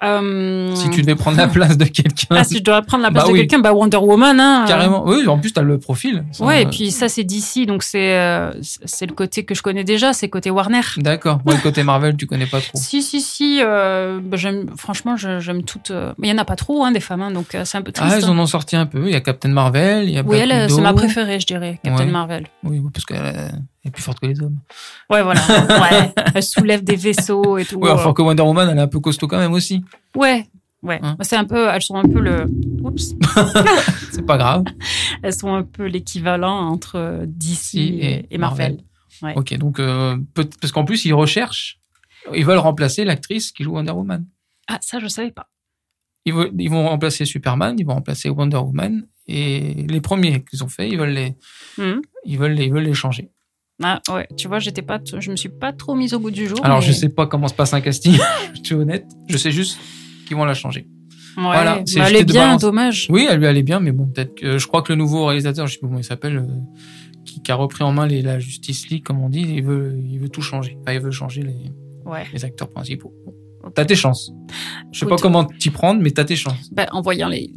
Euh, Si tu devais prendre la place de quelqu'un. Ah, si je dois prendre la place Bah de oui. quelqu'un, bah Wonder Woman. Hein, Carrément. Oui, en plus, t'as le profil. Ça, Ouais, et euh, puis ça, c'est DC, donc c'est euh, c'est le côté que je connais déjà, c'est côté Warner. D'accord. Moi, le côté Marvel, tu connais pas trop. Si, si, si. euh, bah, j'aime, franchement, je- j'aime toutes. euh, mais il n'y en a pas trop, hein, des femmes, hein, donc euh, c'est un peu triste. Ah, ils en ont sorti un peu. Il y a Captain Marvel, il y a oui, Black elle, euh, c'est Widow. ma préférée, je dirais, Captain Ouais. Marvel. Oui, oui, parce qu'elle euh, elle est plus forte que les hommes. (laughs) Ouais, voilà. Ouais. elle soulève des vaisseaux et tout. Ouais, euh. enfin que Wonder Woman, elle est un peu costaud quand même aussi. ouais. ouais. Bah, Hein. C'est un peu, elles sont un peu le, oups, C'est pas grave. elles sont un peu l'équivalent entre DC Si, et, et et Marvel. Marvel. Ok, donc euh, peut- parce qu'en plus ils recherchent, ils veulent remplacer l'actrice qui joue Wonder Woman. Ah, ça, je savais pas. Ils, veulent- ils vont remplacer Superman, ils vont remplacer Wonder Woman et les premiers qu'ils ont fait, ils veulent les, Mhm. ils veulent les, ils veulent les changer. Ah, ouais. Tu vois, j'étais pas, t- je me suis pas trop mise au goût du jour. Alors Oh, mais- je sais pas comment se passe un casting, (laughs) je suis honnête. Je sais juste qu'ils vont la changer. Ouais, Voilà, c'est bah, elle jeté est de bien, balance. dommage. Oui, elle lui allait bien, mais bon peut-être que je crois que le nouveau réalisateur, je sais pas comment il s'appelle. euh, qui, qui a repris en main les, la Justice League, comme on dit, il veut, il veut tout changer. Enfin, il veut changer les, Ouais. les acteurs principaux. Bon. Ok. T'as tes chances. Je sais pas Écoute. comment t'y prendre, mais t'as tes chances. Bah, en voyant les,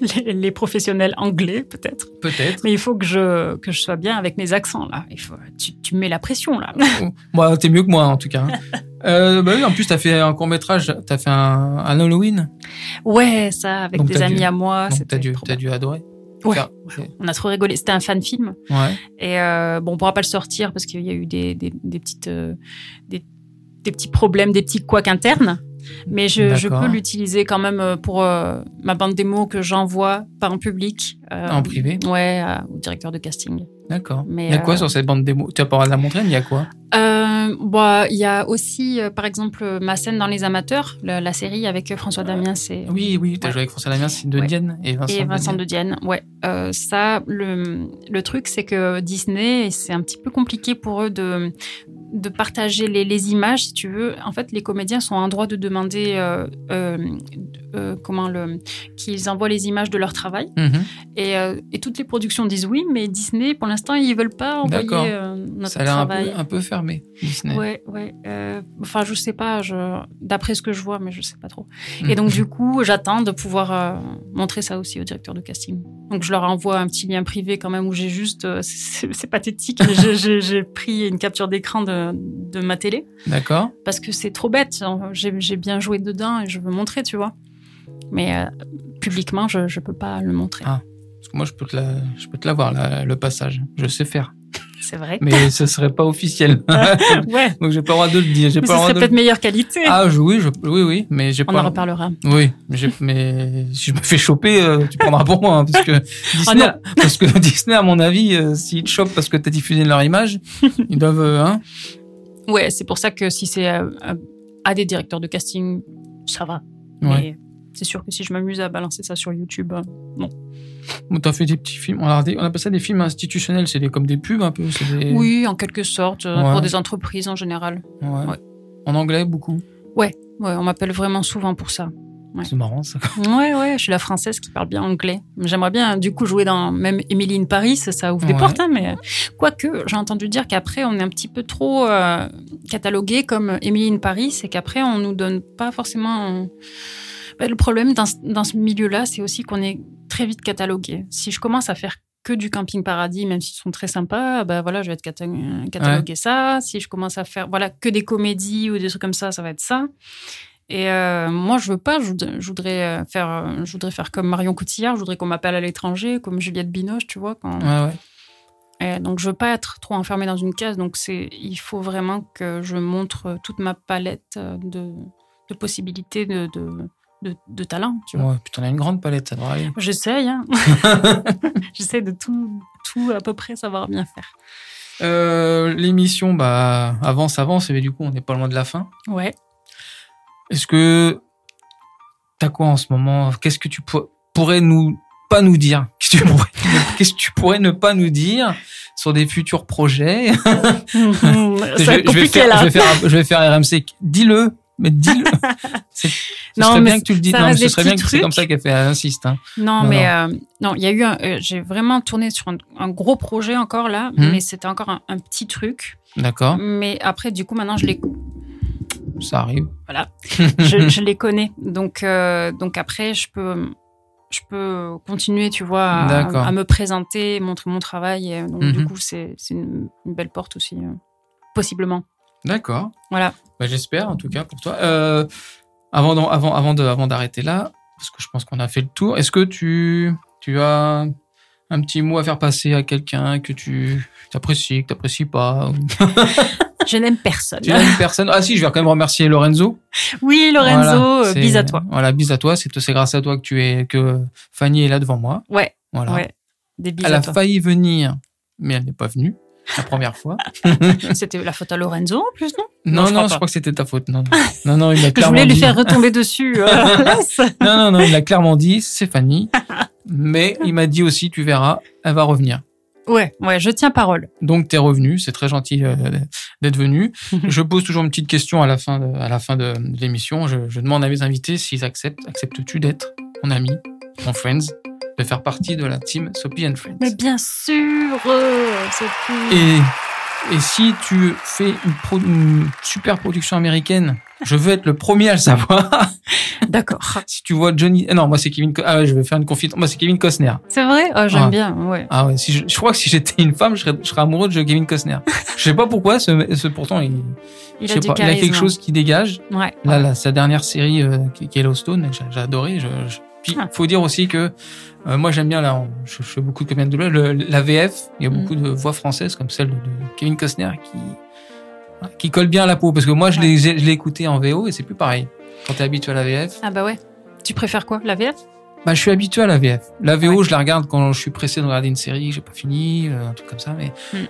les, les professionnels anglais, peut-être. Peut-être. Mais il faut que je, que je sois bien avec mes accents, là. Il faut, tu, tu mets la pression, là. Moi, t'es mieux que moi, en tout cas. hein. (laughs) Euh, bah oui, en plus, t'as fait un court-métrage, t'as fait un, un Halloween. Ouais, ça, avec Donc, des t'as amis dû- à moi. Donc, Ah, c'était t'as dû, trop t'as bien. dû adorer. Ouais. Faire- On a trop rigolé. C'était un fan film. ouais. Et euh, bon, on pourra pas le sortir parce qu'il y a eu des, des, des petites, euh, des, des petits problèmes, des petits couacs internes. Mais je, je D'accord. peux l'utiliser quand même euh, pour euh, ma bande démo que j'envoie par en public. euh, En privé. Ouais, à- au directeur de casting. D'accord. Il Mais, y a quoi euh, sur cette bande démo Tu vas pas la montrer, mais il y a quoi Euh, bah, Il y a aussi, euh, par exemple, euh, ma scène dans Les Amateurs, la, la série avec euh, François Damien. C'est Oui, oui, t'as Ouais. joué avec François Lamien, c'est de Ouais. Dienne et Vincent. et Vincent de... de Dienne. Ouais, Euh, ça, le, le truc, c'est que Disney, c'est un petit peu compliqué pour eux de, de partager les, les images, si tu veux. En fait, les comédiens sont en droit de demander euh, euh, euh, comment le qu'ils envoient les images de leur travail. Dienne. Mhm. Et, euh, et toutes les productions disent oui, mais Disney, pour l'instant, ils veulent pas envoyer D'accord. euh, notre Ça a l'air un travail. peu, un peu fermé, Disney. Ouais, ouais. euh, enfin, je sais pas, je, d'après ce que je vois, mais je sais pas trop. Mhm. Et donc, du coup, j'attends de pouvoir euh, montrer ça aussi au directeur de casting. Donc, je leur envoie un petit lien privé quand même où j'ai juste, euh, (laughs) c'est, c'est pathétique, mais j'ai, j'ai- j'ai pris une capture d'écran de, de ma télé D'accord. parce que c'est trop bête. hein, J'ai, j'ai bien joué dedans et je veux montrer, tu vois. Mais euh, publiquement, je, je peux pas le montrer. Ah. Parce que moi, je peux te la, je peux te la voir, la- le passage. Je sais faire. C'est vrai. (laughs) Mais ce serait pas officiel. ouais. Donc j'ai pas le droit de le dire. J'ai Mais pas le droit ce serait de- peut-être meilleure qualité. Ah je- oui, je- oui, oui, mais j'ai On en pas. reparlera. Oui, mais, j'ai- mais si je me fais choper, euh, tu prendras pour moi, hein, parce (laughs) que Disney, Ah non. parce que (laughs) Disney, à mon avis, euh, s'ils te chopent parce que t'as diffusé leur image, ils doivent, euh, (laughs) hein. Ouais, c'est pour ça que si c'est euh, euh, à des directeurs de casting, ça va. Ouais. Mais C'est sûr que si je m'amuse à balancer ça sur YouTube, euh, Bon, t'as fait des petits films. On, a regardé- on appelle ça des films institutionnels. C'est des- comme des pubs un peu. c'est des- oui, en quelque sorte, euh, Ouais. pour des entreprises en général. Ouais. Ouais. En anglais, beaucoup. Ouais, on m'appelle vraiment souvent pour ça. (laughs) C'est marrant, ça. Ouais, ouais, je suis la française qui parle bien anglais. J'aimerais bien, du coup, jouer dans même Emily in Paris, ça, ça ouvre des Ouais. portes, hein, mais quoique, j'ai entendu dire qu'après, on est un petit peu trop euh, catalogué comme Emily in Paris, et qu'après, on nous donne pas forcément. euh, bah, le problème dans, ce- dans ce milieu-là, c'est aussi qu'on est très vite catalogué. Si je commence à faire que du camping paradis, même s'ils sont très sympas, bah voilà, je vais être cata- catalogué ça. Si je commence à faire voilà que des comédies ou des trucs comme ça, ça va être ça. Et euh, moi, je veux pas. Je, voud- je voudrais euh, faire, euh, je voudrais faire comme Marion Cotillard. Je voudrais qu'on m'appelle à l'étranger, comme Juliette Binoche, tu vois. Quand... Ouais, ouais. Et donc, je veux pas être trop enfermée dans une case. Donc, c'est, il faut vraiment que je montre euh, toute ma palette euh, de, de possibilités de, de, de, de talents, tu vois. Ouais, Putain, on a une grande palette, ça devrait aller. J'essaye. Hein. (laughs) J'essaye de tout, tout à peu près savoir bien faire. Euh, L'émission bah, avance, avance, mais du coup, on n'est pas loin de la fin. Ouais. Est-ce que t'as quoi en ce moment Qu'est-ce que tu pour- pourrais nous pas nous dire Qu'est-ce que tu pourrais- (laughs) Qu'est-ce que tu pourrais ne pas nous dire sur des futurs projets (laughs) Mm, je, c'est je vais compliqué faire, là. je vais faire- je vais faire RMC. Dis-le, mais (laughs) dis-le. C'est- Ce Non, serait mais bien que tu le dises. ça Non, mais reste ce des serait bien petits que c'est comme trucs. ça qu'elle fait, elle insiste. hein. Non, Non, mais euh, non, il y a eu un. euh, J'ai vraiment tourné sur un, un gros projet encore là, Hmm. mais c'était encore un, un petit truc. D'accord, Mais après, du coup, maintenant, je les, ça arrive. (laughs) Hmm. je, je les connais. Donc, euh, donc après, je peux, je peux continuer, tu vois, D'accord. à, à me présenter, montrer mon travail. Et donc, Mhm. du coup, c'est c'est une, une belle porte aussi, euh, possiblement. D'accord. Voilà. (laughs) Bah, J'espère, en tout cas, pour toi. Euh, avant d'en- avant, avant de- avant d'arrêter là, parce que je pense qu'on a fait le tour, est-ce que tu, tu as un petit mot à faire passer à quelqu'un que tu apprécies, que tu n'apprécies pas ou- Je n'aime personne. Tu as une personne. Ah si, je vais quand même remercier Lorenzo. Oui, Lorenzo, Voilà, euh, c'est- bise à toi. Voilà, bis à toi. C'est c'est grâce à toi que, tu es, que Fanny est là devant moi. Ouais, Voilà. ouais. Des bises elle à a toi. failli venir, mais elle n'est pas venue la première fois. C'était la faute à Lorenzo en plus, non Non, non, (laughs) Non, je je crois crois, pas. que c'était ta faute. Non, non, non, non, il m'a Que (laughs) je clairement voulais lui dit- faire retomber dessus. euh, (laughs) laisse. Non, non, non, il l'a clairement dit, c'est Fanny. Mais il m'a dit aussi, tu verras, elle va revenir. Ouais, ouais, je tiens parole. Donc, t'es revenu, c'est très gentil euh, d'être venu. Je pose toujours une petite question à la fin de, à la fin de, de l'émission. Je, je demande à mes invités s'ils acceptent. Acceptes-tu d'être mon ami, mon friends, de faire partie de la team Sophie and Friends Mais bien sûr, euh, c'est cool. Et, et si tu fais une, pro- une super production américaine, je veux être le premier à le savoir. (laughs) D'accord. si tu vois Johnny, ah non, moi c'est Kevin. Co- Ah ouais, je vais faire une confidence. Moi c'est Kevin Costner. C'est vrai Oh, j'aime Ah. bien, ouais. Ah ouais, si je, je crois que si j'étais une femme, je serais, je serais amoureux de Kevin Costner. je sais pas pourquoi, ce, ce pourtant il, Il je a sais du pas, il a charisme. quelque chose qui dégage. Ouais. Là, là, sa dernière série euh, qui qui est Yellowstone, j'ai j'ai adoré. Je, je- Puis, Ah. faut dire aussi que euh, moi j'aime bien là, on- je, je fais beaucoup de comédiens de doublage. Le- La VF, il y a Mm. beaucoup de voix françaises comme celle de, de Kevin Costner qui qui colle bien à la peau parce que moi je Ouais. l'ai- je l'ai écouté en VO et c'est plus pareil. Quand t'es habitué à la VF, Ah bah ouais. Tu préfères quoi La VF bah, je suis habitué à la VF. La VO, Ouais. je la regarde quand je suis pressé de regarder une série, que j'ai pas fini, euh, un truc comme ça. Mais, Mm.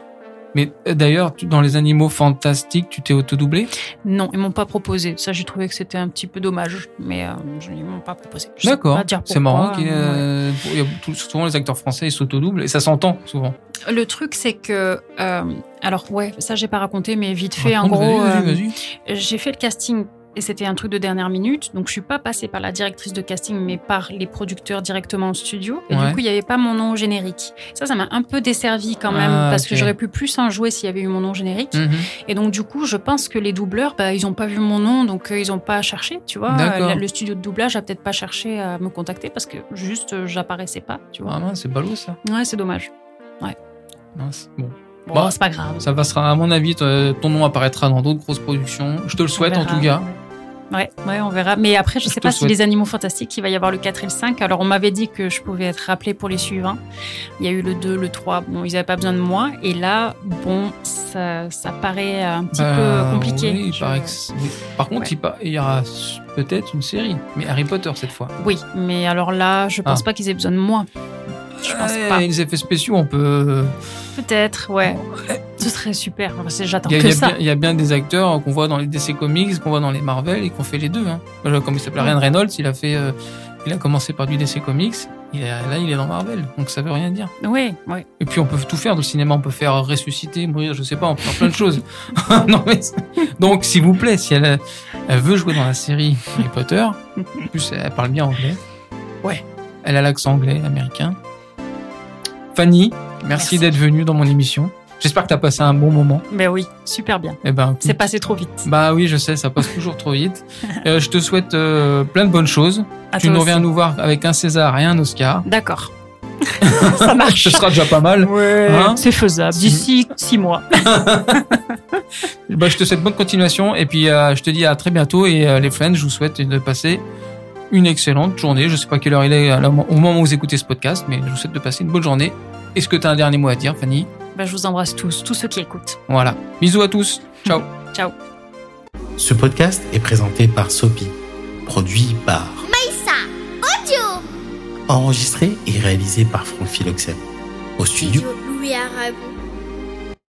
mais euh, d'ailleurs, tu- dans les animaux fantastiques, tu t'es auto-doublé Non, ils m'ont pas proposé. Ça, j'ai trouvé que c'était un petit peu dommage, mais euh, je- ils m'ont pas proposé. Je sais D'accord. pas dire C'est marrant. pourquoi, hein, qu'il y ait, ouais. euh, pour- il y a tout- souvent, les acteurs français, ils s'auto-doublent et ça s'entend souvent. Le truc, c'est que. euh, alors, ouais, ça, j'ai pas raconté, mais vite fait, en Raconte, gros. Ah, vas-y, euh, vas-y, vas-y. J'ai fait le casting et c'était un truc de dernière minute, donc je suis pas passée par la directrice de casting, mais par les producteurs directement au studio. Et Ouais. du coup, il n'y avait pas mon nom au générique. Ça, ça m'a un peu desservi quand même, Ah, parce que ok. j'aurais pu plus en jouer s'il y avait eu mon nom au générique. Mhm. Et donc, du coup, je pense que les doubleurs, bah, ils n'ont pas vu mon nom, donc euh, ils n'ont pas cherché, tu vois. D'accord. Euh, Le studio de doublage a peut-être pas cherché à me contacter parce que juste, euh, j'apparaissais pas, tu vois. Ah mince, c'est ballot ça. Ouais, c'est dommage. Mince. Bon. Bon, Bah, c'est pas grave. Ça passera, à mon avis, ton ton nom apparaîtra dans d'autres grosses productions. Je te le souhaite On en tout verra. cas. Ouais, ouais, on verra. Mais après, je Je sais te pas si souhaite. les animaux fantastiques, il va y avoir le 4 et le 5. Alors, on m'avait dit que je pouvais être rappelée pour les suivants. Il y a eu le 2, le 3. Bon, ils n'avaient pas besoin de moi. Et là, bon, ça, ça paraît euh, un petit Bah, peu compliqué. oui, il Je- paraît que c'est- oui. Par contre, Ouais. il pa- il y aura peut-être une série, mais Harry Potter cette fois. Oui, mais alors là, je pense Ah. pas qu'ils aient besoin de moi. Je pense Ouais, pas. euh, Les effets spéciaux, on peut. Peut-être, ouais. Ce serait super. Enfin, c'est- J'attends Il y, a- que il y a ça. bien- il y a bien des acteurs qu'on voit dans les DC Comics, qu'on voit dans les Marvel et qu'on fait les deux. Hein. Moi, je- Comme il s'appelle Ryan Reynolds, il a fait, euh, il a commencé par du DC Comics. Il a- là, il est dans Marvel, donc ça veut rien dire. Oui, oui. Et puis on peut tout faire dans le cinéma, on peut faire ressusciter, mourir, je sais pas, on peut faire plein de choses. (laughs) non, mais c'est- donc s'il vous plaît, si elle, euh, elle veut jouer dans la série Harry Potter, en plus elle parle bien anglais. Ouais, elle a l'accent anglais américain. Fanny, merci, Merci. d'être venue dans mon émission. J'espère que t'as passé un bon moment. Mais oui, super bien. Eh ben, C'est passé trop vite. bah oui, je sais, ça passe toujours trop (laughs) vite. Euh, je te souhaite euh, plein de bonnes choses. À tu toi nous aussi. reviens nous voir avec un César et un Oscar. D'accord. (laughs) ça marche. Ce sera déjà pas mal. Ouais. Hein c'est faisable. D'ici six mois. Bah, je te souhaite bonne continuation et puis euh, je te dis à très bientôt et euh, les friends, je vous souhaite de passer une excellente journée. Je sais pas quelle heure il est à la- au moment où vous écoutez ce podcast, mais je vous souhaite de passer une bonne journée. Est-ce que tu as un dernier mot à dire, Fanny Ben, je vous embrasse tous, tous ceux qui écoutent. Voilà. Bisous à tous. Ciao. Ce podcast est présenté par Sopi, produit par, Maïssa, audio. enregistré et réalisé par Franck Philoxène, au studio Louis Aragon.